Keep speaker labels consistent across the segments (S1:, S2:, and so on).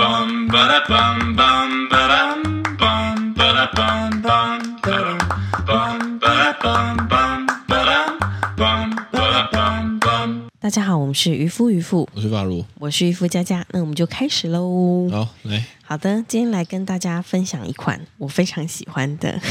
S1: bum ba da bum bum ba dum bum ba da bum bum ba dum bum ba da bum bum ba dum bum ba da bum bum.
S2: 大家好，我们是渔夫渔妇，
S3: 我是法如，
S2: 我是渔夫佳佳，那我们就开始喽。
S3: 好来，
S2: 好的，今天来跟大家分享一款我非常喜欢的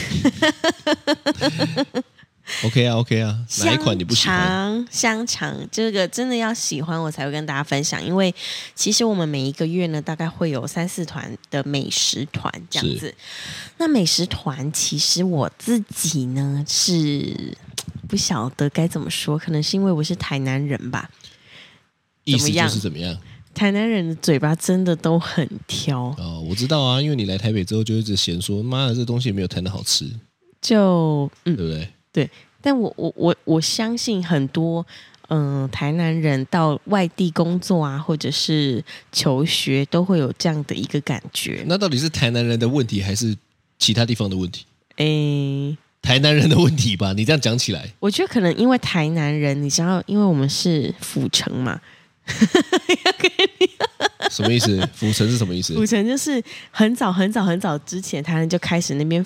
S3: OK 啊，OK 啊， 哪一款你不喜欢？
S2: 香肠，香肠这个真的要喜欢我才会跟大家分享，因为其实我们每一个月呢，大概会有三四团的美食团这样子。那美食团其实我自己呢是不晓得该怎么说，可能是因为我是台南人吧，
S3: 意思
S2: 怎么
S3: 就
S2: 样
S3: 是怎么样？
S2: 台南人的嘴巴真的都很挑，
S3: 哦，我知道啊，因为你来台北之后就一直嫌说，妈的，这东西没有台南好吃，
S2: 就嗯
S3: 对，不对？
S2: 但我我我我相信很多嗯、呃台南人到外地工作啊，或者是求学，都会有这样的一个感觉。
S3: 那到底是台南人的问题还是其他地方的问题？
S2: 诶，
S3: 台南人的问题吧，你这样讲起来，
S2: 我觉得可能因为台南人，你知道，因为我们是府城嘛，
S3: 什么 意思？府城是什么意思？
S2: 府城就是很早很早很早之前，台南就开始那边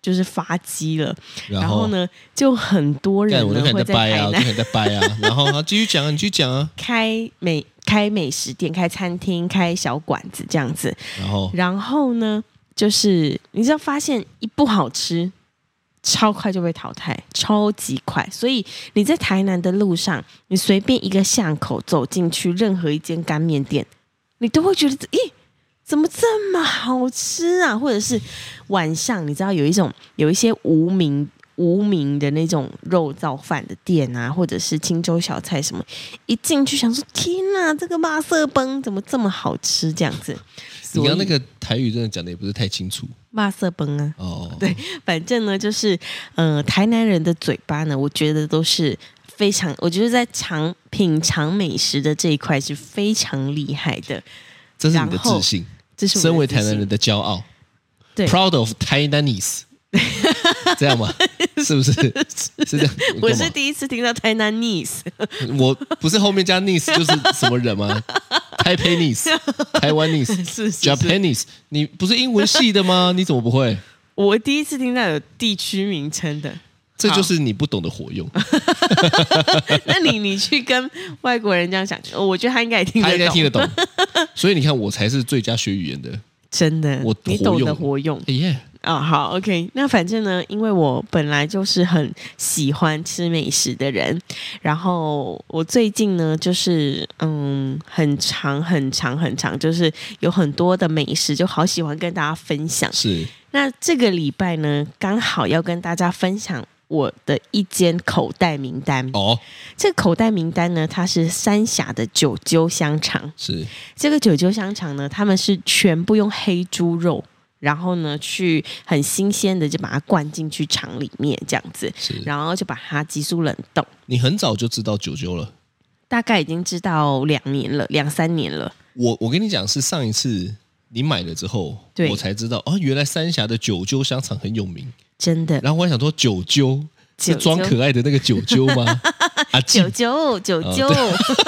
S2: 就是发迹了，然
S3: 然
S2: 后？呢，就很多
S3: 干，
S2: 人
S3: 我就
S2: 呢
S3: 看你
S2: 会
S3: 在
S2: 在
S3: 掰啊，
S2: 台
S3: 我就
S2: 南
S3: 看你在掰啊。然后啊，继续讲啊，你继续讲啊。
S2: 开美开美食店、开餐厅、开小馆子这样子，
S3: 然后
S2: 然后呢，就是你知道，发现一不好吃，超快就被淘汰，超级快。所以你在台南的路上，你随便一个巷口走进去，任何一间干面店，你都会觉得，咦，怎么这么好吃啊？或者是晚上，你知道有一种有一些无名。无名的那种肉燥饭的店啊，或者是青州小菜什么，一进去想说天哪，这个马色崩怎么这么好吃？这样子，
S3: 你
S2: 所以
S3: 刚刚那个台语真的讲的也不是太清楚
S2: 骂色崩啊。
S3: 哦。
S2: 对反正呢，就是呃，台南人的嘴巴呢，我觉得都是非常，我觉得在尝品尝美食的这一块是非常厉害的。
S3: 这是你的
S2: 然后
S3: 自信，
S2: 这是我的
S3: 身为
S2: 自
S3: 台南
S2: 信
S3: 人的骄傲。
S2: 对
S3: Proud of Taiwanese，这样吗？是不是？是这样。
S2: 我
S3: 干
S2: 是
S3: 嘛
S2: 第一次听到台南 niece，
S3: 我不是后面加 nese 就是什么人 吗？台北 nese，台湾 nese，
S2: 是是是，
S3: Japanese，你不是英文系的吗？你怎么不会？
S2: 我第一次听到有地区名称的。
S3: 这就是你不懂得活用。
S2: 那你你去跟外国人这样讲，呃我觉得他应该也听
S3: 他
S2: 得
S3: 应该
S2: 懂，
S3: 听得懂。 所以你看，我才是最佳学语言的。
S2: 真的，
S3: 我
S2: 你
S3: 活
S2: 懂得
S3: 用
S2: 活用。
S3: 哎耶，
S2: 啊、好，OK，那反正呢，因为我本来就是很喜欢吃美食的人，然后我最近呢，就是嗯，很长很长很长，就是有很多的美食，就好喜欢跟大家分享。
S3: 是
S2: 那这个礼拜呢，刚好要跟大家分享我的一间口袋名单。
S3: 哦，
S2: 这个口袋名单呢，它是三峡的九鸠香肠。
S3: 是
S2: 这个九州香肠呢，他们是全部用黑猪肉，然后呢去很新鲜的就把它灌进去肠里面这样子，
S3: 是。
S2: 然后就把它急速冷冻，
S3: 你很早就知道九九了。
S2: 大概已经知道两年了，两三年了。
S3: 我我跟你讲，是上一次你买了之后，
S2: 对
S3: 我才知道哦，原来三峡的九鸠香肠很有名。
S2: 真的，
S3: 然后我还想说，九鸠
S2: 九
S3: 是
S2: 鸠
S3: 装可爱的那个九鸠 吗？啊，记
S2: 九九九
S3: 哦
S2: 九，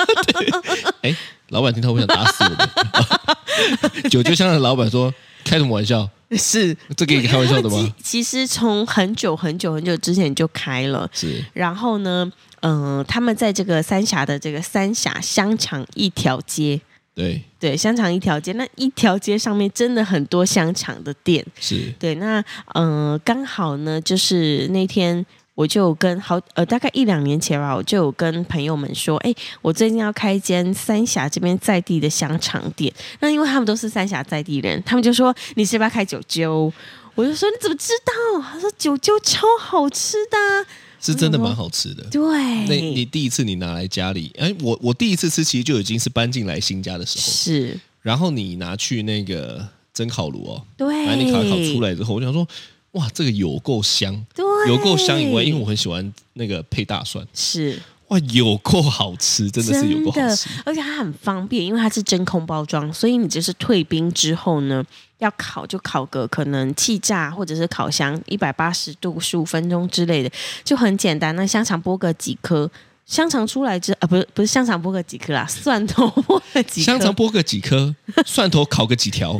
S3: 哎，老板听到我想打死我们。 九鸠香肠的老板说：“开什么玩笑？
S2: 是
S3: 这可以开玩笑的
S2: 因为
S3: 吗
S2: 它其其实从很久很久很久之前就开了？”，
S3: 是
S2: 然后呢，嗯、他们在这个三峡的这个三峡香肠一条街，
S3: 对，
S2: 对，香肠一条街，那一条街上面真的很多香肠的店。
S3: 是
S2: 对，那呃，刚好呢，就是那天我就有跟好呃，大概一两年前吧，我就有跟朋友们说，哎，我最近要开一间三峡这边在地的香肠店。那因为他们都是三峡在地人，他们就说你是不是要开九鸠？我就说你怎么知道？他说九鸠超好吃的啊、
S3: 是真的蛮好吃的。
S2: 哎对，
S3: 那你第一次你拿来家里，哎，我我第一次吃其实就已经是搬进来新家的时候，
S2: 是
S3: 然后你拿去那个蒸烤炉哦，
S2: 对，
S3: 把你烤烤出，来之后，我想说，哇，这个有够香，
S2: 对，
S3: 有够香以外，因为我很喜欢那个配大蒜，
S2: 是
S3: 哇，有够好吃，真的是有够好吃
S2: 真，的而且它很方便，因为它是真空包装，所以你就是退冰之后呢，要烤就烤个可能气炸或者是烤箱一百八十度十五分钟之类的，就很简单。那香肠剥个几颗。香肠出来之啊，不是不是香肠剥个几颗啦，蒜头剥个几颗，
S3: 香肠剥个 几颗，蒜头烤个几条，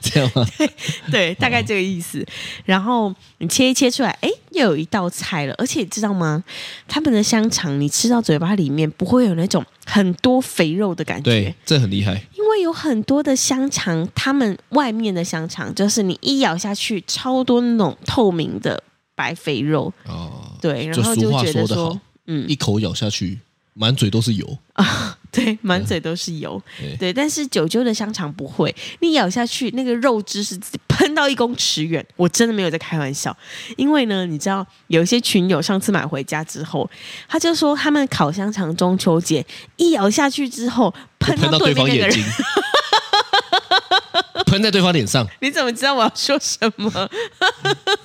S3: 这样吗？
S2: 对，大概这个意思。然后你切一切出来，哎，又有一道菜了。而且知道吗？他们的香肠你吃到嘴巴里面不会有那种很多肥肉的感觉
S3: 对，，这很厉害。
S2: 因为有很多的香肠，他们外面的香肠就是你一咬下去，超多那种透明的白肥肉，
S3: 哦，
S2: 对，然
S3: 就
S2: 后
S3: 俗
S2: 就
S3: 话
S2: 觉得
S3: 说得
S2: 说
S3: 好，，
S2: 嗯
S3: 一口咬下去，满嘴都是油。
S2: 啊，对，满嘴都是油，
S3: 对
S2: 对，但是九九的香肠不会，你咬下去那个肉汁是自己喷到一公尺远，我真的没有在开玩笑。因为呢，你知道有一些群友上次买回家之后，他就说他们烤香肠中秋节一咬下去之后
S3: 就
S2: 喷
S3: 喷
S2: 到
S3: 到对
S2: 对面
S3: 方
S2: 那个
S3: 眼
S2: 人，
S3: 睛， 喷在对方脸上。
S2: 你怎么知道我要说什么？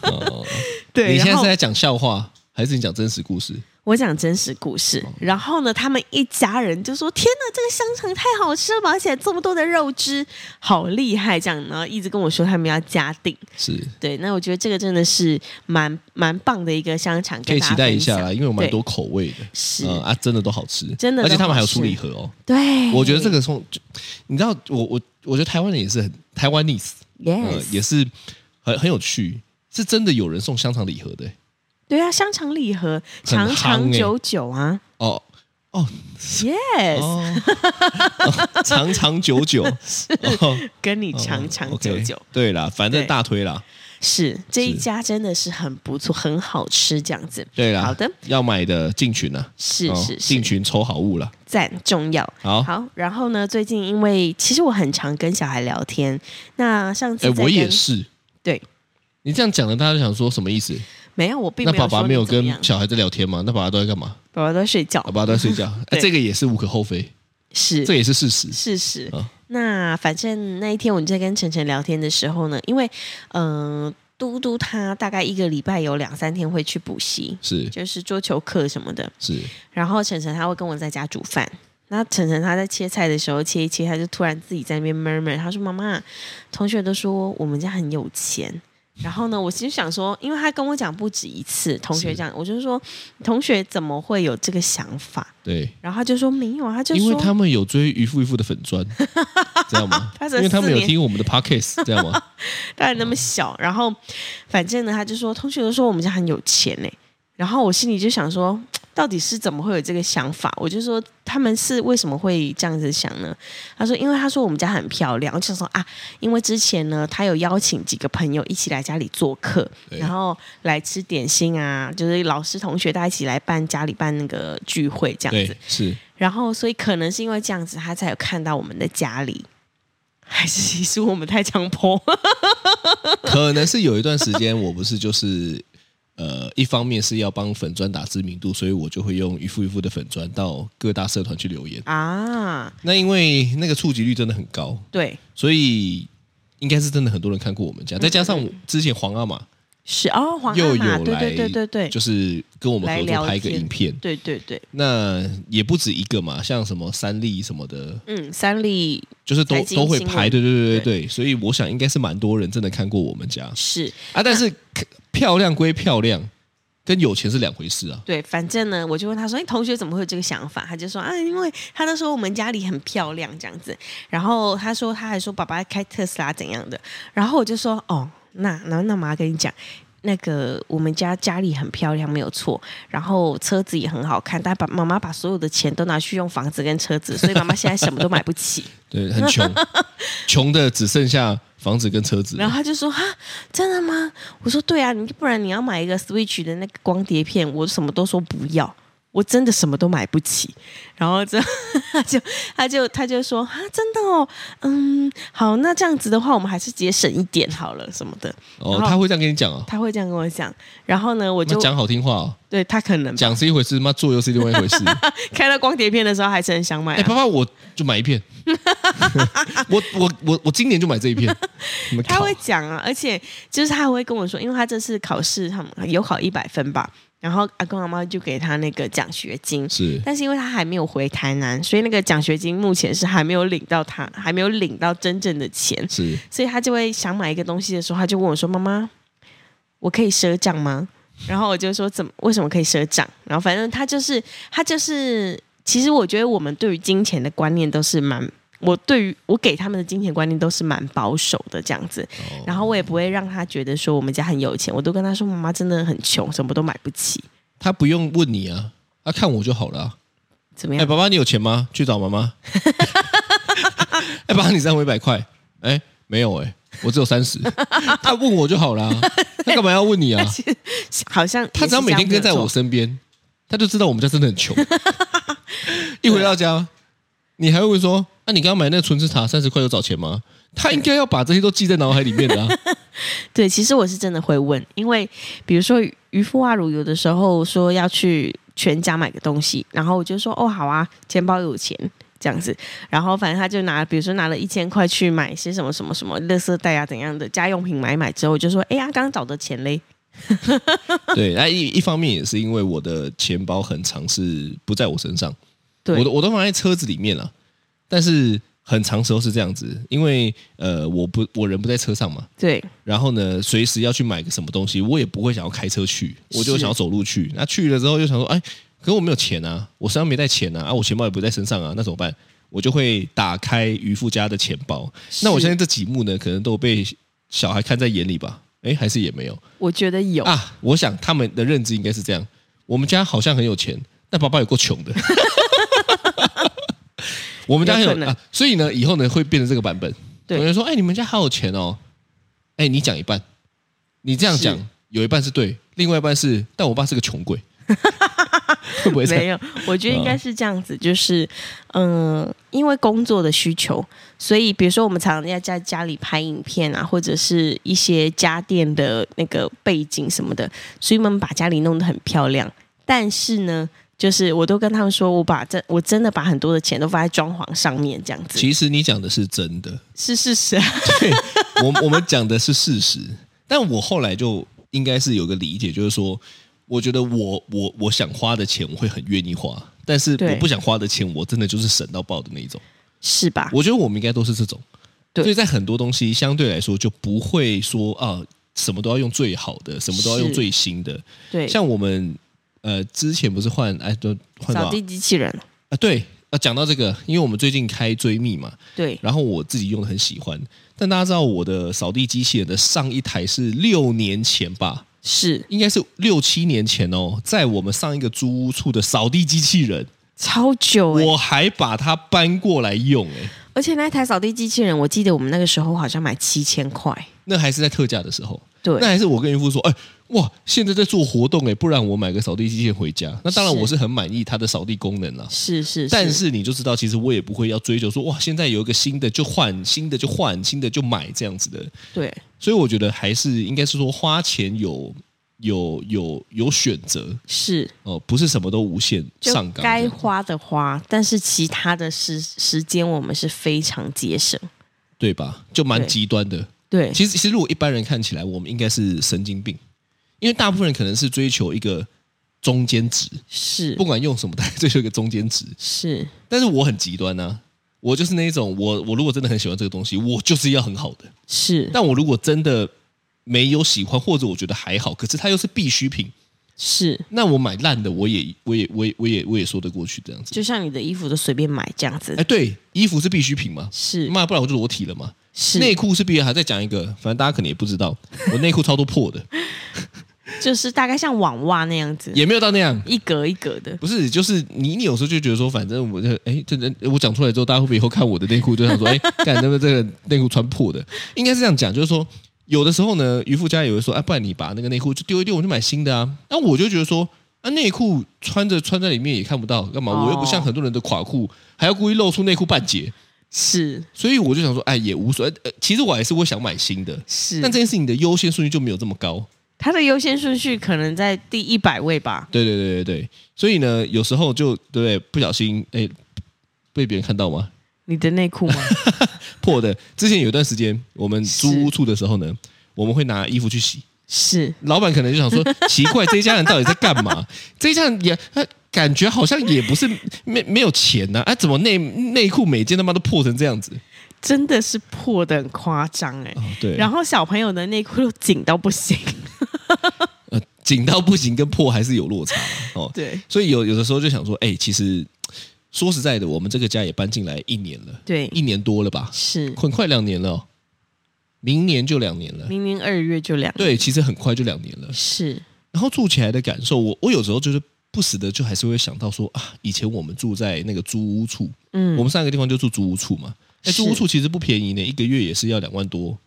S3: 哦，
S2: 对，
S3: 你现在
S2: 然后
S3: 是在讲笑话，还是你讲真实故事？
S2: 我讲真实故事，
S3: 哦
S2: 然后呢，他们一家人就说：“天哪，这个香肠太好吃了吧！而且这么多的肉汁，好厉害！”这样，然后一直跟我说他们要加订。
S3: 是
S2: 对，那我觉得这个真的是蛮蛮棒的一个香肠，
S3: 可
S2: 跟
S3: 以
S2: 大家
S3: 期待一下
S2: 分享
S3: 啦，因为有蛮
S2: 对
S3: 多口味的，
S2: 是
S3: 嗯啊，真的都好吃，
S2: 真的都
S3: 而且他们还有
S2: 好吃
S3: 出礼盒哦。
S2: 对，
S3: 我觉得这
S2: 个
S3: 个从，就你知道，我我我觉得台湾人也是很台湾 n 呃，
S2: yes
S3: 也是很很有趣，是真的有人送香肠礼盒的欸
S2: 对啊，香肠礼盒
S3: 很
S2: 长长
S3: 夯欸
S2: 久久啊
S3: 哦
S2: ，yes，、
S3: 哦，哦 长长久 久，哦
S2: 跟你长长久久、
S3: 哦，OK，对啦，反正
S2: 对
S3: 大推啦，
S2: 是这一
S3: 是
S2: 家真的是很不错，很好吃这样子。
S3: 对啦，
S2: 好的，
S3: 要买的进群啊，
S2: 是
S3: 哦
S2: 是
S3: 进
S2: 是，
S3: 哦群抽好物啦。
S2: 赞重要。
S3: 好，
S2: 好，然后呢？最近因为其实我很常跟小孩聊天，那上次
S3: 哎，
S2: 在
S3: 我也
S2: 跟
S3: 是，
S2: 对，
S3: 你这样讲了，大家就想说什么意思？
S2: 没有，我并
S3: 那
S2: 没有
S3: 爸爸
S2: 说
S3: 没有
S2: 你怎么
S3: 跟
S2: 样
S3: 小孩在聊天吗？那爸爸都在干 嘛？
S2: 爸爸都在睡觉
S3: 爸，爸都在睡觉，哎，
S2: 对
S3: 这个也是无可厚非，
S2: 是
S3: 这也是事实。
S2: 事实。
S3: 啊
S2: 那反正那一天我们在跟晨晨聊天的时候呢，因为嗯、呃嘟嘟他大概一个礼拜有两三天会去补习，
S3: 是
S2: 就是桌球课什么的。
S3: 是，
S2: 然后晨晨他会跟我在家煮饭。那晨晨他在切菜的时候切一切，他就突然自己在那边 murmur，他说：“妈妈，同学都说我们家很有钱。”然后呢，我其实想说，因为他跟我讲不止一次，同学
S3: 是
S2: 讲，我就说同学怎么会有这个想法？
S3: 对，
S2: 然后他就说没有，他就说
S3: 因为他们有追渔夫渔夫的 粉砖，知道吗？
S2: 他才
S3: 因为他们有
S2: 四年
S3: 听我们 的 podcast，知道吗？
S2: 当然那么小，然后反正呢，他就说同学都说我们家很有钱嘞、然后我心里就想说，到底是怎么会有这个想法？我就说他们是为什么会这样子想呢？他说，因为他说我们家很漂亮。我就想说啊，因为之前呢，他有邀请几个朋友一起来家里做客，
S3: 对
S2: 然后来吃点心啊，就是老师同学大家一起来办家里办那个聚会这样子
S3: 对。，是
S2: 然后，所以可能是因为这样子，他才有看到我们的家里，还是其实我们太强迫？
S3: 可能是有一段时间，我不是就是呃，一方面是要帮粉砖打知名度，所以我就会用一副一副的粉砖到各大社团去留言。
S2: 啊，
S3: 那因为那个触及率真的很高，
S2: 对，
S3: 所以应该是真的很多人看过我们
S2: 嗯
S3: 家。再加上我之前黄阿玛
S2: 是哦，黄
S3: 又
S2: 阿
S3: 有
S2: 玛，
S3: 来，
S2: 对对对对对，
S3: 就是跟我们合
S2: 来聊
S3: 作拍一个
S2: 天
S3: 影片。
S2: 对对对，
S3: 那也不止一个嘛，像什么三立什么的，
S2: 嗯，三立
S3: 就是都
S2: 财经
S3: 都会
S2: 新闻
S3: 拍，对对对对对，所以我想应该是蛮多人真的看过我们家
S2: 是
S3: 啊，但 是可漂亮归漂亮，跟有钱是两回事啊。
S2: 对，反正呢，我就问他说：“哎，同学怎么会有这个想法？”他就说：“啊，因为他都说我们家里很漂亮这样子。”然后他说他还说爸爸开特斯拉怎样的，然后我就说：“哦，那那那妈跟你讲。”那个我们家家里很漂亮，没有错，然后车子也很好看，但爸妈妈把所有的钱都拿去用房子跟车子，所以妈妈现在什么都买不起。
S3: 对，很 穷，穷的只剩下房子跟车子了。
S2: 然后他就说：“哈，真的吗？”我说：“对啊，你不然你要买一个 Switch 的那个光碟片，我什么都说不要，我真的什么都买不起。”然后这他就 他就他就说：“啊，真的哦，嗯，好，那这样子的话，我们还是节省一点好了，什么的。
S3: 哦
S2: 然，后
S3: 他会这样跟你讲哦”，
S2: 他会这样跟我讲。然后呢，我
S3: 妈
S2: 就
S3: 讲好听话哦，
S2: 对他可能吧
S3: 讲是一回事，妈做又是另外一回事。
S2: 开了光碟片的时候，还是很想买、
S3: 哎，
S2: 啊。
S3: 爸爸，我就买一 片，我我我我今年就买这一片。你们
S2: 他
S3: 靠
S2: 会讲啊，而且就是他还会跟我说，因为他这次考试他们有考一百分吧，然后阿公阿妈就给他那个奖学金，
S3: 是
S2: 但是因为他还没有回台南，所以那个奖学金目前是还没有领到他，还没有领到真正的钱，
S3: 是，
S2: 所以他就会想买一个东西的时候，他就问我说：“妈妈，我可以赊账吗？”然后我就说怎么为什么可以赊账？然后反正他就是他就是，其实我觉得我们对于金钱的观念都是蛮，我对于我给他们的金钱观念都是蛮保守的这样子。
S3: 哦
S2: 然后我也不会让他觉得说我们家很有钱，我都跟他说妈妈真的很穷，什么都买不起，
S3: 他不用问你啊，他看我就好了啊、
S2: 怎么
S3: 哎、
S2: 样？
S3: 爸爸，你有钱吗？去找妈妈。 哎、爸爸，你账户一百块。哎、没有哎、我只有三十。他问我就好啦，他干嘛要问你啊？
S2: 好像
S3: 他只要每天跟在我
S2: 身，
S3: 身边，他就知道我们家真的很穷。一回到家，你还会问说：“那、你刚刚买那个纯吃塔三十块有找钱吗？”他应该要把这些都记在脑海里面的、啊。
S2: 对，其实我是真的会问，因为比如说渔夫阿乳有的时候说要去全家买个东西，然后我就说哦好啊，钱包有钱。这样子，然后反正他就拿，比如说拿了一千块去买些什么什么什么垃圾袋啊怎样的家用品买一买之后，我就说，哎呀，刚刚找的钱嘞，
S3: 对，那一一方面也是因为我的钱包很常是不在我身上，
S2: 对
S3: 我都我都放在车子里面了，但是很长时候是这样子，因为呃，我不我人不在车上嘛，
S2: 对
S3: 然后呢，随时要去买个什么东西，我也不会想要开车去，我就是想要走路去。那去了之后又想说，哎，可是我没有钱啊，我身上没带钱啊，啊，我钱包也不在身上啊，那怎么办？我就会打开渔夫家的钱包。那我
S2: 是
S3: 相信这几幕呢，可能都被小孩看在眼里吧？哎，还是也没有。
S2: 我觉得有，
S3: 啊，我想他们的认知应该是这样：我们家好像很有钱，但爸爸有够穷 的。我们家很
S2: 有可
S3: 有
S2: 能
S3: 啊，所以呢，以后呢会变成这个版本。
S2: 对
S3: 有人说：“哎，你们家好有钱哦。”哎，你讲一半，你这样
S2: 是
S3: 讲有一半是对，另外一半是，但我爸是个 穷鬼，会不 会这
S2: 没
S3: 样？
S2: 有， 我觉得应该
S3: 嗯
S2: 是这样子，就是嗯、呃因为工作的需求，所以比如说我们常常在家家里拍影片啊，或者是一些家电的那个背景什么的，所以我们把家里弄得很漂亮。但是呢，就是我都跟他们说，我把这我真的把很多的钱都放在装潢上面，这样子
S3: 其实你讲的是真的，
S2: 是事实啊。
S3: 对，我我们讲的是事实，但我后来就应该是有个理解，就是说，我觉得我我我想花的钱，我会很愿意花，但是
S2: 对
S3: 我不想花的钱，我真的就是省到爆的那一种。
S2: 是吧？
S3: 我觉得我们应该都是这种，
S2: 对
S3: 所以在很多东西相对来说就不会说啊，什么都要用最好的，什么都要用
S2: 是
S3: 最新的。
S2: 对，
S3: 像我们呃之前不是换哎都换多
S2: 扫
S3: 少
S2: 地机器人，
S3: 啊？对啊，讲到这个，因为我们最近开追觅嘛，
S2: 对，
S3: 然后我自己用的很喜欢。但大家知道我的扫地机器人的上一台是六年前吧，
S2: 是
S3: 应该是六七年前哦，在我们上一个租屋处的扫地机器人，
S2: 超久哎、
S3: 我还把它搬过来用哎，
S2: 而且那台扫地机器人，我记得我们那个时候好像买七千块，
S3: 那还是在特价的时候，
S2: 对
S3: 那，还是我跟渔夫说，哎哇，现在在做活动哎，不然我买个扫地机器人回家。那当然
S2: 是
S3: 我是很满意它的扫地功能啦、
S2: 是是，
S3: 但是你就知道，其实我也不会要追求说哇，现在有一个新的就换，新的就换，新的就买这样子的。
S2: 对
S3: 所以我觉得还是应该是说花钱有有有有选择
S2: 是
S3: 哦、不是什么都无限
S2: 就
S3: 上纲这
S2: 该
S3: 样。
S2: 花的花，但是其他的时时间我们是非常节省。
S3: 对吧？就蛮
S2: 对
S3: 极端的。
S2: 对，
S3: 其实其实如果一般人看起来，我们应该是神经病，因为大部分人可能是追求一个中间值，
S2: 是
S3: 不管用什么，但追求一个中间值。
S2: 是
S3: 但是我很极端啊。我就是那一种，我我如果真的很喜欢这个东西，我就是要很好的。
S2: 是
S3: 但我如果真的没有喜欢，或者我觉得还好，可是它又是必需品，
S2: 是，
S3: 那我买烂的，我也我也我也我也我也说得过去这样子。
S2: 就像你的衣服都随便买这样子
S3: 哎，，对，衣服是必需品嘛，
S2: 是
S3: 妈，不然我就裸体了嘛。内
S2: 是，
S3: 裤是必然还再讲一个，反正大家可能也不知道，我内裤超多破的，
S2: 就是大概像网袜那样子，
S3: 也没有到那样。
S2: 一格一格的。
S3: 不是，就是你，你有时候就觉得说，反正我这，哎，这人我讲出来之后，大家会不会以后看我的内裤就想说，哎，干，那么这个内裤穿破的，应该是这样讲，就是说，有的时候呢，渔夫家也会说，啊，不然你把那个内裤就丢一丢，我就买新的啊。那我就觉得说，啊，内裤穿着穿在里面也看不到，干嘛？
S2: 哦
S3: 我又不像很多人的垮裤，还要故意露出内裤半截，
S2: 是
S3: 所以我就想说，哎，也无所谓。呃，其实我还是会想买新的，
S2: 是，
S3: 但这件事情的优先顺序就没有这么高。
S2: 它的优先顺序可能在第一百位吧。
S3: 对对对对对，所以呢，有时候就对不对，不小心哎被别人看到吗？
S2: 你的内 裤吗？
S3: 破的。之前有一段时间，我们租
S2: 是
S3: 屋处的时候呢，我们会拿衣服去洗，
S2: 是
S3: 老板可能就想说，奇怪，这一家人到底在干嘛？这一家人也。呃感觉好像也不是没没有钱呐、啊，怎么内内裤每件他妈都破成这样子？
S2: 真的是破的很夸张哎、
S3: 哦，对，
S2: 然后小朋友的内裤都紧到不行，
S3: 呃，紧到不行跟破还是有落差啦哦。
S2: 对
S3: 所以有有的时候就想说，哎，其实说实在的，我们这个家也搬进来一年了，
S2: 对，
S3: 一年多了吧，
S2: 是
S3: 很快两年了哦，明年就两年了。
S2: 明年二月就两
S3: 对，其实很快就两年了。
S2: 是
S3: 然后住起来的感受，我我有时候就是不时的就还是会想到说啊，以前我们住在那个租屋处，
S2: 嗯
S3: 我们上一个地方就住租屋处嘛。哎，
S2: 是
S3: 租屋处其实不便宜呢，一个月也是要两万多，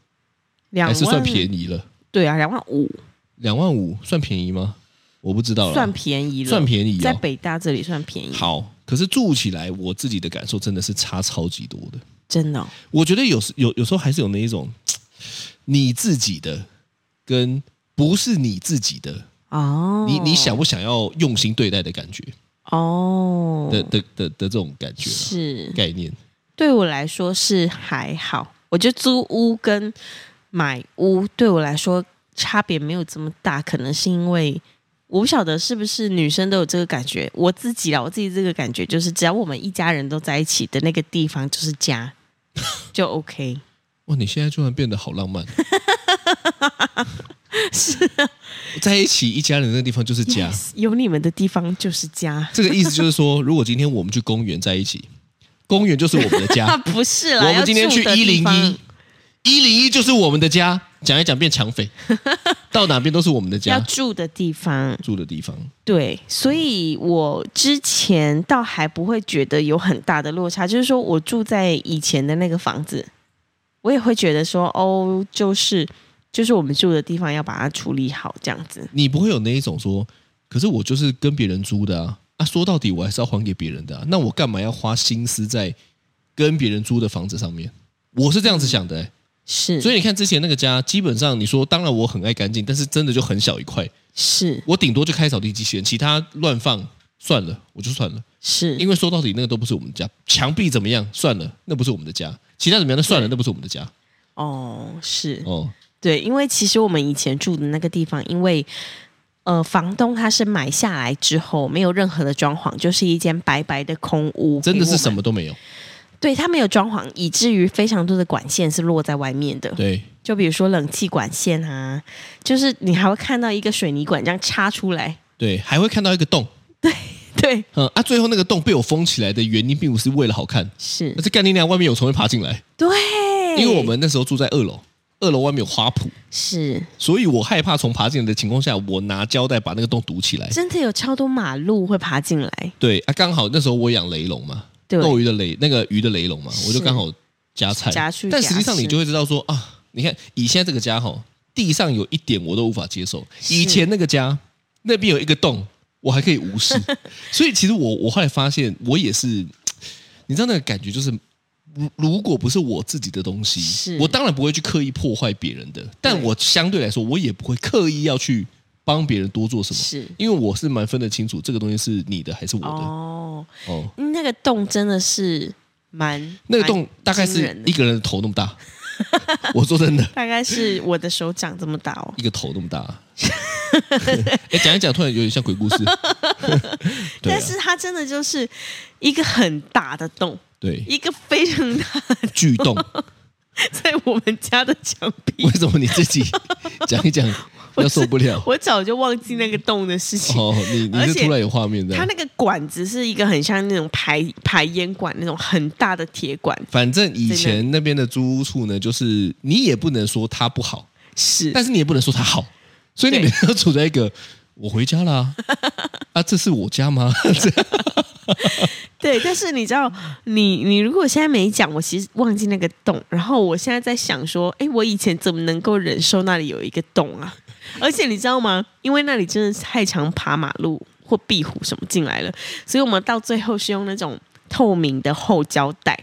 S2: 两
S3: 还
S2: 万
S3: 是算便宜了，
S2: 对啊，两万五
S3: 两万五算便宜吗？我不知道了，
S2: 算便宜了，
S3: 算便宜、
S2: 在
S3: 哦。
S2: 北大这里算便宜，
S3: 好，可是住起来我自己的感受真的是差超级多的。
S2: 真的哦、
S3: 我觉得有时有有时候还是有那一种你自己的跟不是你自己的，
S2: 哦，
S3: 你你想不想要用心对待的感觉
S2: 哦
S3: 的的的的这种感觉啦
S2: 是
S3: 概念。
S2: 对我来说是还好，我觉得租屋跟买屋对我来说差别没有这么大，可能是因为我不晓得是不是女生都有这个感觉，我自己啦，我自己这个感觉就是，只要我们一家人都在一起的那个地方就是家，就 OK。
S3: 哇，你现在突然变得好 浪漫。是、在一起一家人的地方就是家。
S2: 啊 Yes，有你们的地方就是家。
S3: 这个意思就是说，如果今天我们去公园在一起，公园就是我们的
S2: 啊，
S3: 家。
S2: 不是啦，
S3: 我们今天去
S2: 要住的
S3: 一
S2: 地
S3: 零
S2: 方
S3: 一，一零一就是我们的家。讲一讲变抢 匪，到哪边都是我们的
S2: 要
S3: 家
S2: 住的地方，
S3: 住的地方。
S2: 对，所以我之前倒还不会觉得有很大的落差，就是说我住在以前的那个房子，我也会觉得说，哦，就是就是我们住的地方要把它处理好，这样子。
S3: 你不会有那一种说，可是我就是跟别人租的啊，啊，说到底我还是要还给别人的、啊，那我干嘛要花心思在跟别人租的房子上面？我是这样子想的、欸，
S2: 是，
S3: 所
S2: 以
S3: 以你看之前那个家，基本上你说，当然我很爱干净，但是真的就很小一块，
S2: 是
S3: 我顶多就开扫地机器人，其他乱放算了，我就算了，
S2: 是
S3: 因为说到底那个都不是我们家，墙壁怎么样算了，那不是我们的家，其他怎么样那算了，那不是我们的家
S2: 哦，是
S3: 哦，
S2: 对，因为其实我们以前住的那个地方，因为呃，房东他是买下来之后没有任何的装潢，就是一间白白的空屋，
S3: 真
S2: 给
S3: 的
S2: 我
S3: 是
S2: 们
S3: 什么都没有，
S2: 对，它没有装潢，以至于非常多的管线是落在外面的。
S3: 对，
S2: 就比如说冷气管线啊，就是你还会看到一个水泥管这样插出来。
S3: 对，还会看到一个洞。
S2: 对，
S3: 嗯啊，最后那个洞被我封起来的原因，并不是为了好看，
S2: 是
S3: 而，是干你娘外面有虫会爬进来。
S2: 对，
S3: 因为我们那时候住在二楼，二楼外面有花圃，
S2: 是
S3: 所以我害怕虫爬进来的情况下，我拿胶带把那个洞堵起来。
S2: 真的有超多马路会爬进来，
S3: 对啊，刚好那时候我养雷龙嘛，
S2: 对，
S3: 斗鱼的雷那个鱼的雷龙嘛，我就刚好夹菜
S2: 夹去
S3: 但实际
S2: 夹
S3: 上
S2: 吃
S3: 你就会知道说啊，你看以现在这个家哈，地上有一点我都无法接受，
S2: 是
S3: 以前那个家那边有一个洞，我还可以 无视。所以其实我我后来发现，我也是，你知道那个感觉就是。如如果不是我自己的东西
S2: 是，
S3: 我当然不会去刻意破坏别人的，但我相对来说，我也不会刻意要去帮别人多做什么，
S2: 是
S3: 因为我是蛮分得清楚这个东西是你的还是我的。
S2: 哦，
S3: 哦
S2: 那个洞真的是蛮
S3: 那个洞
S2: 蛮
S3: 大概
S2: 惊
S3: 是
S2: 人的
S3: 一个人的头那么 大，我说真的，
S2: 大概是我的手掌这么大哦，
S3: 一个头那么大。 哎，讲一讲，突然有点像鬼故事。对、啊
S2: 但，是它真的就是一个很大的洞，
S3: 对，
S2: 一个非常大
S3: 巨 洞。
S2: 在我们家的墙壁
S3: 为。什么你 自己讲一讲要受不了？
S2: 我早就忘记那个洞的事情。
S3: 哦，啊你你
S2: 而
S3: 是
S2: 且
S3: 突然有画面
S2: 它
S3: 的。
S2: 那个管子是一个很像那种排排烟管那种很大的铁管，
S3: 反正以前那边的租屋处呢，就是你也不能说它不好，
S2: 是
S3: 但是你也不能说它好，所以你
S2: 对
S3: 每天都处在一个我回家 啦、啊，这是我家吗？
S2: 啊
S3: 这样
S2: 对。但是你知道，你你如果现在没讲，我其实忘记那个洞。然后我现在在想说，哎，我以前怎么能够忍受那里有一个洞啊？而且你知道吗？因为那里真的太常爬马路或壁虎什么进来了，所以我们到最后是用那种透明的厚胶带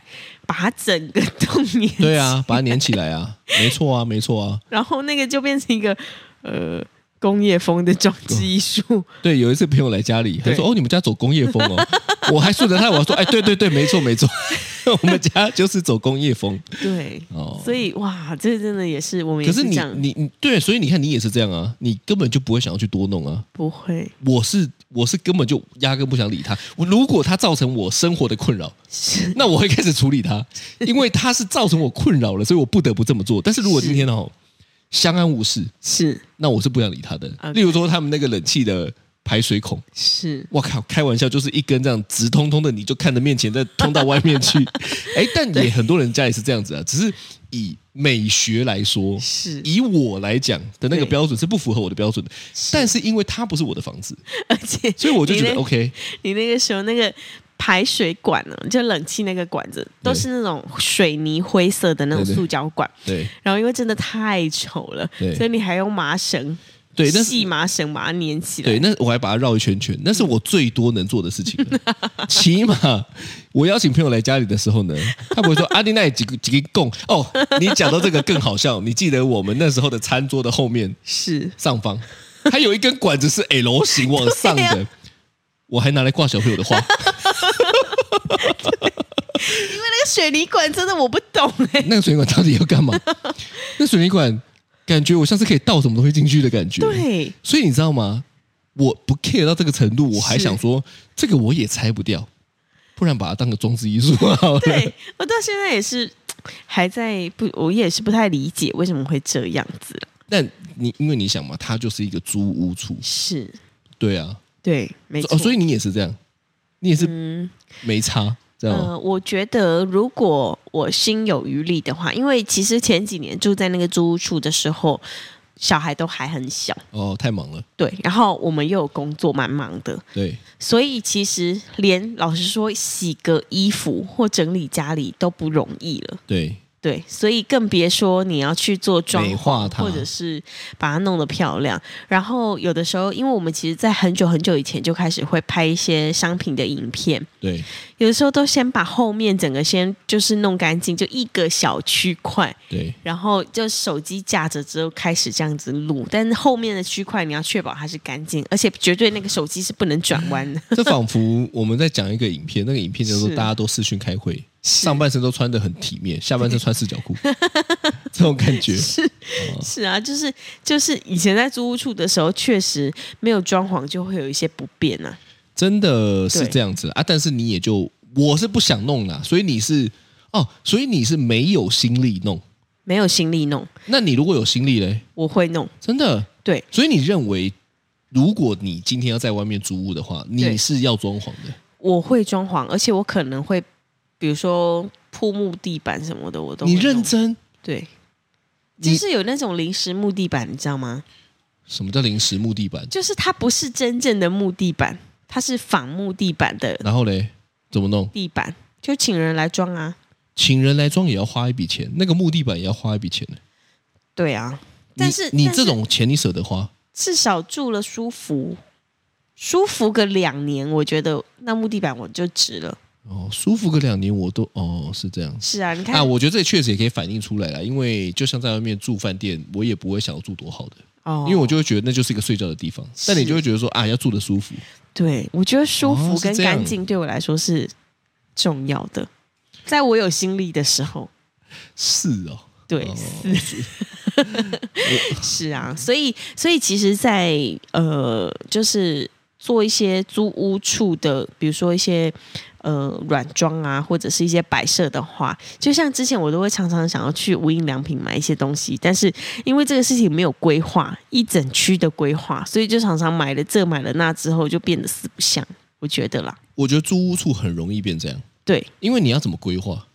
S2: 把它整个洞粘起
S3: 对啊，把它粘起来啊， 没错啊，没错啊。
S2: 然后那个就变成一个呃工业风的装置艺术，
S3: 对，有一次朋友来家里，他
S2: 对
S3: 说：“哦，你们家走工业风 哦。”我还顺着他，我说：“哎，对对对，没错没错，我们家就是走工业风
S2: 对，
S3: 哦。
S2: 所以哇，这真的也是我”们
S3: 可
S2: 也
S3: 是
S2: 这
S3: 你
S2: 样，
S3: 你你对，所以你看你也是这样啊，你根本就不会想要去多弄啊。
S2: 不会
S3: 我是我是根本就压根不想理他。我如果他造成我生活的困 扰，
S2: 是
S3: 那我会开始处理他，因为他是造成我困扰了，所以我不得不这么做。但是如果今天哦，相安无事，
S2: 是
S3: 那我是不想理他的。
S2: OK
S3: 例如说他们那个冷气的排水孔，
S2: 是，
S3: 我靠，开玩笑，就是一根这样直通通的，你就看着面前再通到外 面去。哎，但也很多人家也是这样子啊，只是以美学来说，
S2: 是
S3: 以我来讲的那个
S2: 对
S3: 标准是不符合我的标准的。但是因为它不是我的房子，
S2: 而且
S3: 所以我就觉
S2: 你
S3: 得
S2: 那
S3: OK，
S2: 你那个时候那个排水管呢、就冷气那个管子，都是那种水泥灰色的那种
S3: 对对
S2: 塑胶管，
S3: 对
S2: 然后因为真的太丑了，
S3: 对
S2: 所以你还用麻绳，
S3: 对，但是
S2: 细麻绳把它粘起来。
S3: 对，那我还把它绕一圈圈，那是我最多能做的事情了。 起码我邀请朋友来家里的时候呢，他不会说 阿弟那几个几个供哦。你讲到这个更好笑，你记得我们那时候的餐桌的后面
S2: 是
S3: 上方，还有一根管子是 L 型往上的，
S2: 对
S3: 我还拿来挂小朋友的画。
S2: 因为那个水泥管真的我不懂哎、
S3: 那个水泥管到底要干嘛？那水泥管感觉我像是可以倒什么东西进去的感 觉。，
S2: 对，
S3: 所以你知道吗？我不 care 到这个程度，我还
S2: 是
S3: 想说这个我也拆不掉，不然把它当个装置艺术好了。
S2: 对我到现在也是还在不，我也是不太理解为什么会这样子。
S3: 但你因为你想嘛，它就是一个租屋处，
S2: 是，
S3: 对啊，
S2: 对，没错。
S3: 哦，所以你也是这样，你也是
S2: 嗯
S3: 没差，知道吗？
S2: 呃，我觉得如果我心有余力的话，因为其实前几年住在那个租屋处的时候，小孩都还很小，
S3: 哦，太忙了，
S2: 对，然后我们又有工作，蛮忙的，
S3: 对，
S2: 所以其实连老实说，洗个衣服或整理家里都不容易了。
S3: 对，
S2: 对，所以更别说你要去做妆
S3: 美化
S2: 潢，
S3: 它
S2: 或者是把它弄得漂亮。然后有的时候，因为我们其实，在很久很久以前就开始会拍一些商品的影片，
S3: 对，
S2: 有的时候都先把后面整个先就是弄干净，就一个小区块，
S3: 对，
S2: 然后就手机架着之后开始这样子录。但是后面的区块你要确保它是干净，而且绝对那个手机是不能转弯的。
S3: 这仿佛我们在讲一个影片，那个影片叫做
S2: 是
S3: “大家都视讯开会”，上半身都穿的很 体面，下半身穿四角裤， 这种感觉。
S2: 是啊，就是就是以前在租屋处的时候，确实没有装潢就会有一些不便啊。
S3: 真的是
S2: 对
S3: 这样子啊，但是你也就我是不想弄啦，所以你是哦，所以你是没有心力弄。
S2: 没有心力弄，
S3: 那你如果有心力嘞，
S2: 我会弄。
S3: 真的
S2: 对，
S3: 所以你认为，如果你今天要在外面租屋的话，你是要装潢的，
S2: 我会装潢，而且我可能会，比如说铺木地板什么的，我都会
S3: 你
S2: 弄
S3: 认真？
S2: 对。
S3: 你
S2: 就是有那种临时木地板，你知道吗？
S3: 什么叫临时木地板？
S2: 就是它不是真正的木地板，它是仿木地板的
S3: 然后嘞，怎么弄？
S2: 地板，就请人来装啊。
S3: 请人来装也要花一笔钱，那个木地板也要花一笔钱呢。
S2: 对啊，但是
S3: 你你
S2: 但是
S3: 这种钱你舍得花？
S2: 至少住了舒服，舒服个两年，我觉得那木地板我就值了。
S3: 哦，舒服个两年我都哦是这样子
S2: 是啊，你看，
S3: 啊，我觉得这确实也可以反映出来了，因为就像在外面住饭店，我也不会想要住多好的，
S2: 哦
S3: 因为我就会觉得那就是一个睡觉的地方。但你
S2: 是
S3: 就会觉得说啊，要住的舒服。
S2: 对，我觉得舒
S3: 哦
S2: 服
S3: 是
S2: 跟
S3: 这样
S2: 干净对我来说是重要的，在我有心力的时候，啊
S3: 是哦，
S2: 对，
S3: 哦
S2: 是是啊，所以所以其实在，呃，就是做一些租屋处的，比如说一些呃软装啊，或者是一些摆设的话，就像之前我都会常常想要去无印良品买一些东西，但是因为这个事情没有规划一整区的规划，所以就常常买了这买了那之后，就变得四不像，我觉得啦。
S3: 我觉得租屋处很容易变这样，
S2: 对，
S3: 因为你要怎么规划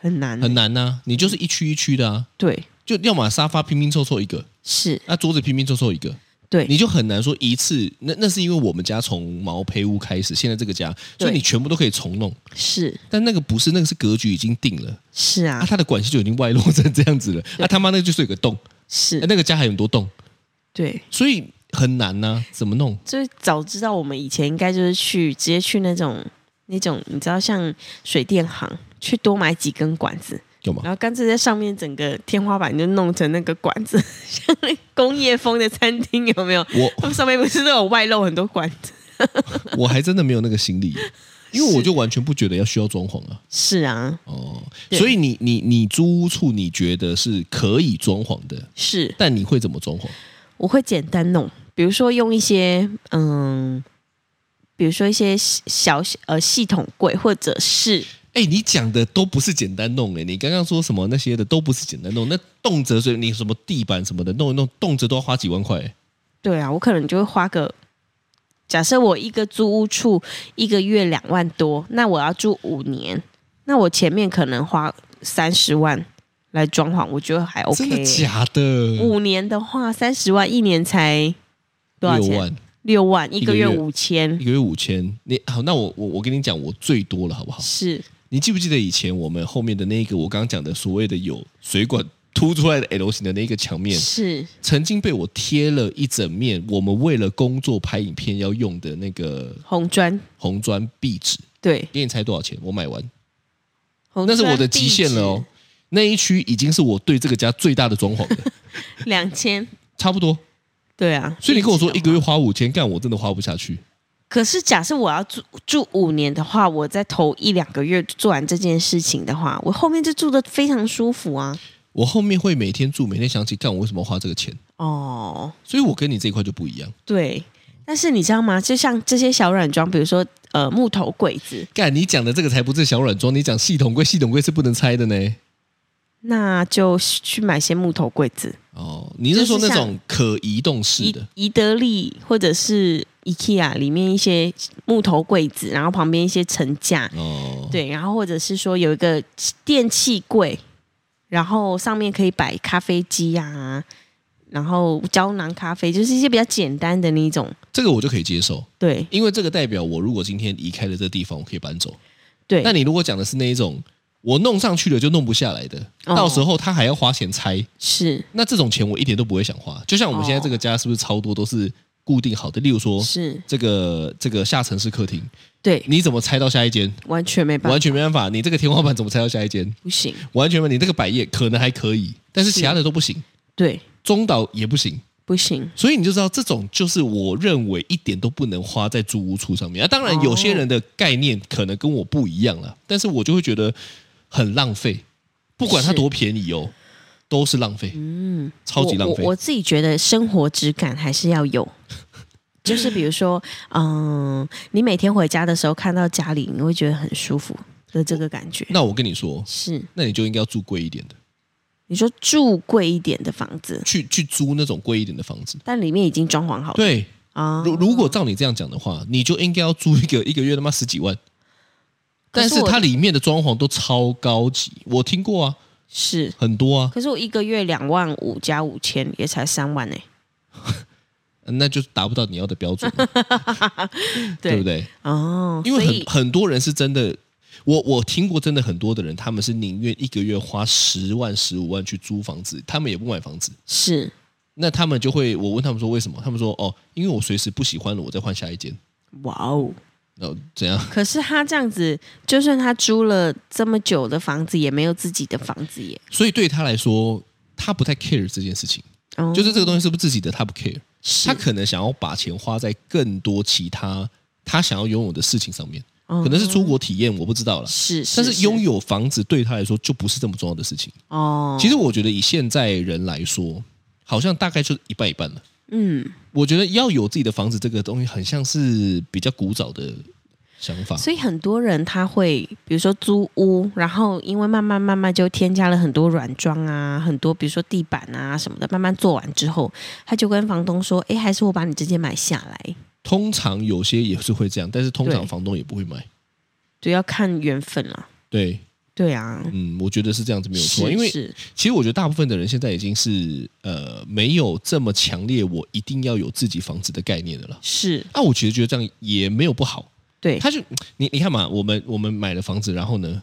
S2: 很难，
S3: 很难呐、啊你就是一区一区的啊，
S2: 对，
S3: 就要么沙发拼拼凑凑一个，
S2: 是
S3: 那、桌子拼拼凑凑一个，
S2: 对
S3: 你就很难说一次。那那是因为我们家从毛坯屋开始，现在这个家，所以
S2: 对
S3: 你全部都可以重弄。
S2: 是
S3: 但那个不是，那个是格局已经定了，
S2: 是
S3: 啊，
S2: 啊，
S3: 它的管线就已经外露成这样子了，啊，他妈那就是有个洞，啊
S2: 是
S3: 那个家还有很多洞，
S2: 对。
S3: 所以很难呐、怎么弄？
S2: 就是早知道我们以前应该就是去直接去那种那种你知道像水电行去多买几根管子，
S3: 有吗？
S2: 然后干脆在上面整个天花板就弄成那个管子， 像那工业风的餐厅有没有？
S3: 我
S2: 他们上面不是都有外露很多管子？
S3: 我还真的没有那个 心力，因为
S2: 是
S3: 我就完全不觉得要需要装潢啊。
S2: 是啊，
S3: 哦，
S2: 对
S3: 所以你你你租屋处你觉得是可以装潢的，
S2: 是
S3: 但你会怎么装潢？
S2: 我会简单弄，比如说用一些嗯，比如说一些小小呃系统柜，或者是
S3: 哎、你讲的都不是简单弄哎、你刚刚说什么那些的都不是简单弄，那动辄所以你什么地板什么的弄一弄，动辄都要花几万块、哎
S2: 对啊，我可能就会花个，假设我一个租屋处一个月两万多，那我要住五年，那我前面可能花三十万来装潢，我觉得还 OK
S3: 真
S2: 欸、
S3: 的假的？
S2: 五年的话，三十万一年才多少
S3: 六
S2: 钱？
S3: 万
S2: 六万，一个
S3: 一
S2: 月
S3: 个月
S2: 五千
S3: 一，个月五千，你好，那我我我跟你讲，我最多了好不好？
S2: 是
S3: 你记不记得以前我们后面的那个我刚刚讲的所谓的有水管凸出来的 L 型的那个墙面，
S2: 是
S3: 曾经被我贴了一整面我们为了工作拍影片要用的那个
S2: 红砖，
S3: 红砖壁纸，
S2: 对，
S3: 给你猜多少钱？我买完，
S2: 红
S3: 那是我的
S2: 砖
S3: 极限了哦。那一区已经是我对这个家最大的装潢
S2: 壁
S3: 了，
S2: 纸，两千，
S3: 差不多。
S2: 对啊。
S3: 所以你跟我说一个
S2: 月，
S3: 月花五千，干我真的花不下去。
S2: 可是假设我要住住五年的话，我在头一两个月做完这件事情的话，我后面就住的非常舒服啊。
S3: 我后面会每天住，每天想起干我为什么要花这个钱。
S2: 哦，
S3: 所以我跟你这一块就不一样。
S2: 对，但是你知道吗？就像这些小软装，比如说呃木头柜子，
S3: 干你讲的这个才不是小软装，你讲系统柜，系统柜是不能拆的呢。
S2: 那就去买些木头柜子，
S3: 哦，你是说
S2: 就是
S3: 那
S2: 像
S3: 种可移动式
S2: 宜
S3: 的？
S2: 宜得利或者是 IKEA 里面一些木头柜子，然后旁边一些层架，
S3: 哦，
S2: 对，然后或者是说有一个电器柜，然后上面可以摆咖啡机啊，然后胶囊咖啡，就是一些比较简单的那一种。
S3: 这个我就可以接受，
S2: 对
S3: 因为这个代表我如果今天离开了这个地方，我可以搬走。
S2: 对，
S3: 那你如果讲的是那一种我弄上去了就弄不下来的，
S2: 哦
S3: 到时候他还要花钱拆，
S2: 是
S3: 那这种钱我一点都不会想花。就像我们现在这个家是不是超多都是固定好的？例如说
S2: 是，
S3: 这个这个下层是客厅，
S2: 对，
S3: 哦你怎么拆到下一间？
S2: 完全没办
S3: 完
S2: 法，
S3: 全没办法，你这个天花板怎么拆到下一间？
S2: 不行，
S3: 完全没，你这个百叶可能还可以，但是其他的都不行，
S2: 对，
S3: 中岛也不行。
S2: 不行，
S3: 所以你就知道，这种就是我认为一点都不能花在租屋处上
S2: 哦
S3: 面。啊，当然有些人的概念可能跟我不一样了，但是我就会觉得很浪费，不管它
S2: 是
S3: 多便宜哦，都是浪费，嗯，超级浪
S2: 我
S3: 费
S2: 我。我自己觉得生活质感还是要 有，就是比如说，嗯，你每天回家的时候看到家里，你会觉得很舒服的这个感觉。
S3: 那我跟你说，
S2: 是，
S3: 那你就应该要住贵一点的，
S2: 你说住贵一点的房子，
S3: 去去租那种贵一点的房子。
S2: 但里面已经装潢好了
S3: 对，
S2: 啊。
S3: 如如果照你这样讲的话，你就应该要租一个一个月他妈十几万，
S2: 可
S3: 但
S2: 是
S3: 是
S2: 我
S3: 它里面的装潢都超高级，我听过啊，
S2: 是，
S3: 很多啊，
S2: 可是我一个月两万五加五千，也才三万呢、欸
S3: 那就达不到你要的标准， 对不对？
S2: 哦，
S3: 因为
S2: 所
S3: 很
S2: 以
S3: 很多人是真的，我我听过真的很多的人，他们是宁愿一个月花十万十五万去租房子，他们也不买房子。
S2: 是
S3: 那他们就会，我问他们说为什么？他们说哦，因为我随时不喜欢了，我再换下一间。
S2: 哇哦。
S3: 然后怎样？
S2: 可是他这样子，就算他租了这么久的房子，也没有自己的房子耶。
S3: 所以对他来说，他不太 care 这件事情，
S2: 哦
S3: 就是这个东西是不是自己的，他不 care，
S2: 是
S3: 他可能想要把钱花在更多其他他想要拥有的事情上面，
S2: 可
S3: 可能是出国体验，我不知道了。
S2: 哦是，是
S3: 但是拥有房子对他来说就不是这么重要的事情。
S2: 哦，
S3: 其实我觉得以现在人来说，好像大概就是一半一半了。
S2: 嗯，
S3: 我觉得要有自己的房子这个东西，很像是比较古早的想法。
S2: 所以很多人他会，比如说租屋，然后因为慢慢慢慢就添加了很多软装啊，很多比如说地板啊什么的，慢慢做完之后，他就跟房东说：“哎，还是我把你直接买下来。
S3: 通常有些也是会这样，但是通常
S2: 对
S3: 房东也不会买。”
S2: 对，要看缘分了。
S3: 对，
S2: 对啊，
S3: 嗯，我觉得是这样子没有错。
S2: 是
S3: 因为
S2: 是
S3: 其实我觉得大部分的人现在已经是呃没有这么强烈，我一定要有自己房子的概念的了。
S2: 是，
S3: 啊，我其实觉得这样也没有不好。
S2: 对
S3: 他就你你看嘛，我们我们买了房子，然后呢，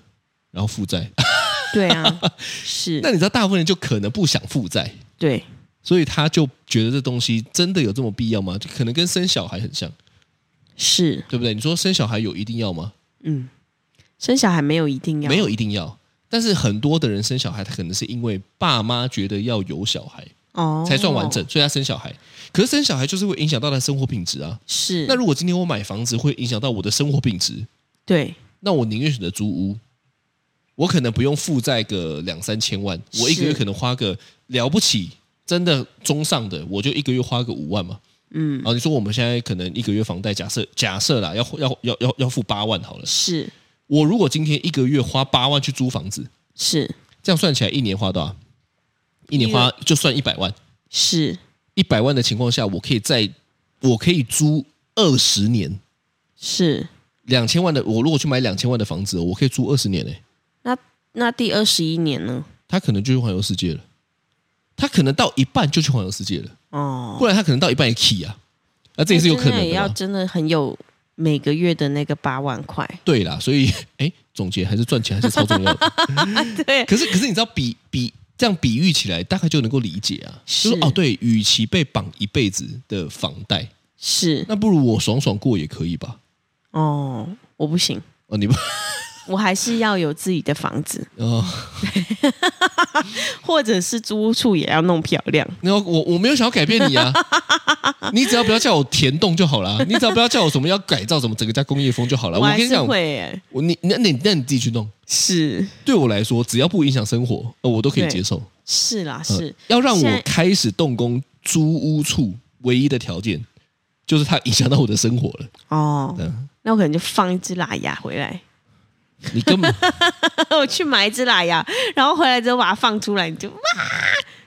S3: 然后负债。
S2: 对啊，是
S3: 那，你知道大部分人就可能不想负债，
S2: 对
S3: 所以他就觉得这东西真的有这么必要吗？就可能跟生小孩很像，
S2: 是，
S3: 对不对？你说生小孩有一定要吗？
S2: 嗯，生小孩没有一定要
S3: 没有一定要，但是很多的人生小孩，他可能是因为爸妈觉得要有小孩
S2: 哦，
S3: 才算完整，所以他生小孩。可是生小孩就是会影响到他的生活品质啊。
S2: 是，
S3: 那如果今天我买房子会影响到我的生活品质，
S2: 对
S3: 那我宁愿选择租屋。我可能不用负债个两三千万，我一个
S2: 是
S3: 月可能花个了不起，真的中上的，我就一个月花个五万嘛。
S2: 嗯
S3: 啊，你说我们现在可能一个月房贷，假设假设啦，要要要要要付八万好了，
S2: 是
S3: 我如果今天一个月花八万去租房子，
S2: 是
S3: 这样算起来一年花多少？一年花就算一百万，
S2: 是
S3: 一百万的情况下，我可以在我可以租二十年，
S2: 是。
S3: 两千万的我如果去买两千万的房子，我可以租二十年诶、欸
S2: 那那第二十一年呢？
S3: 他可能就去环游世界了，他可能到一半就去环游世界了，
S2: 哦，
S3: 不然他可能到一半也 key 啊，那这也是有可
S2: 那真
S3: 能
S2: 也
S3: 的
S2: 要
S3: 嘛。
S2: 真的很有每个月的那个八万块。
S3: 对啦，所以 哎，总结还是赚钱还是超重要的。
S2: 对，
S3: 可是可是你知道比比这样比喻起来，大概就能够理解啊。
S2: 是
S3: 就是哦，对，与其被绑一辈子的房贷，
S2: 是
S3: 那不如我爽爽过也可以吧？
S2: 哦，我不行，
S3: 哦，你不
S2: 我还是要有自己的房子，
S3: 哦，
S2: 或者是租屋处也要弄漂亮。
S3: 那我我没有想要改变你 啊，你只要不要叫我填洞就好啦，你只要不要叫我什么要改造什么整个家工业风就好了。啊我
S2: 还
S3: 跟你
S2: 是
S3: 讲，
S2: 会耶，
S3: 我你那那你那你自己去弄。
S2: 是
S3: 对我来说，只要不影响生活，呃，我都可以
S2: 对
S3: 接受。
S2: 是啦，
S3: 呃
S2: 是
S3: 要让
S2: 现在
S3: 我开始动工租屋处，唯一的条件就是它影响到我的生活了。
S2: 哦
S3: 嗯。
S2: 那我可能就放一只喇牙回来，
S3: 你根本。
S2: 我去买一只喇牙，然后回来之后把它放出来，你就哇，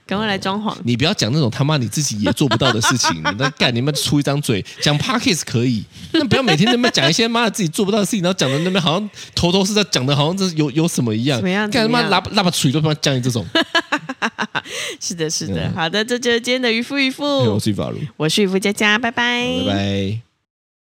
S2: 赶快来装潢
S3: 你不要讲那种他妈你自己也做不到的事情，那干你们出一张嘴 讲 Parkes 可以，那不要每天那么讲一些妈的自己做不到的事情，然后讲的那边好像头头是道，讲的好像这有有什么一样，
S2: 怎么样
S3: 干他
S2: 怎么
S3: 妈
S2: 样哦
S3: 拉拉把嘴都他妈讲你 这种，
S2: 是的，是的，
S3: 嗯
S2: 好的，这就是今天的渔夫渔
S3: 哎呦我
S2: 夫，
S3: 是法如，
S2: 我是渔夫佳佳，拜拜，
S3: 拜拜。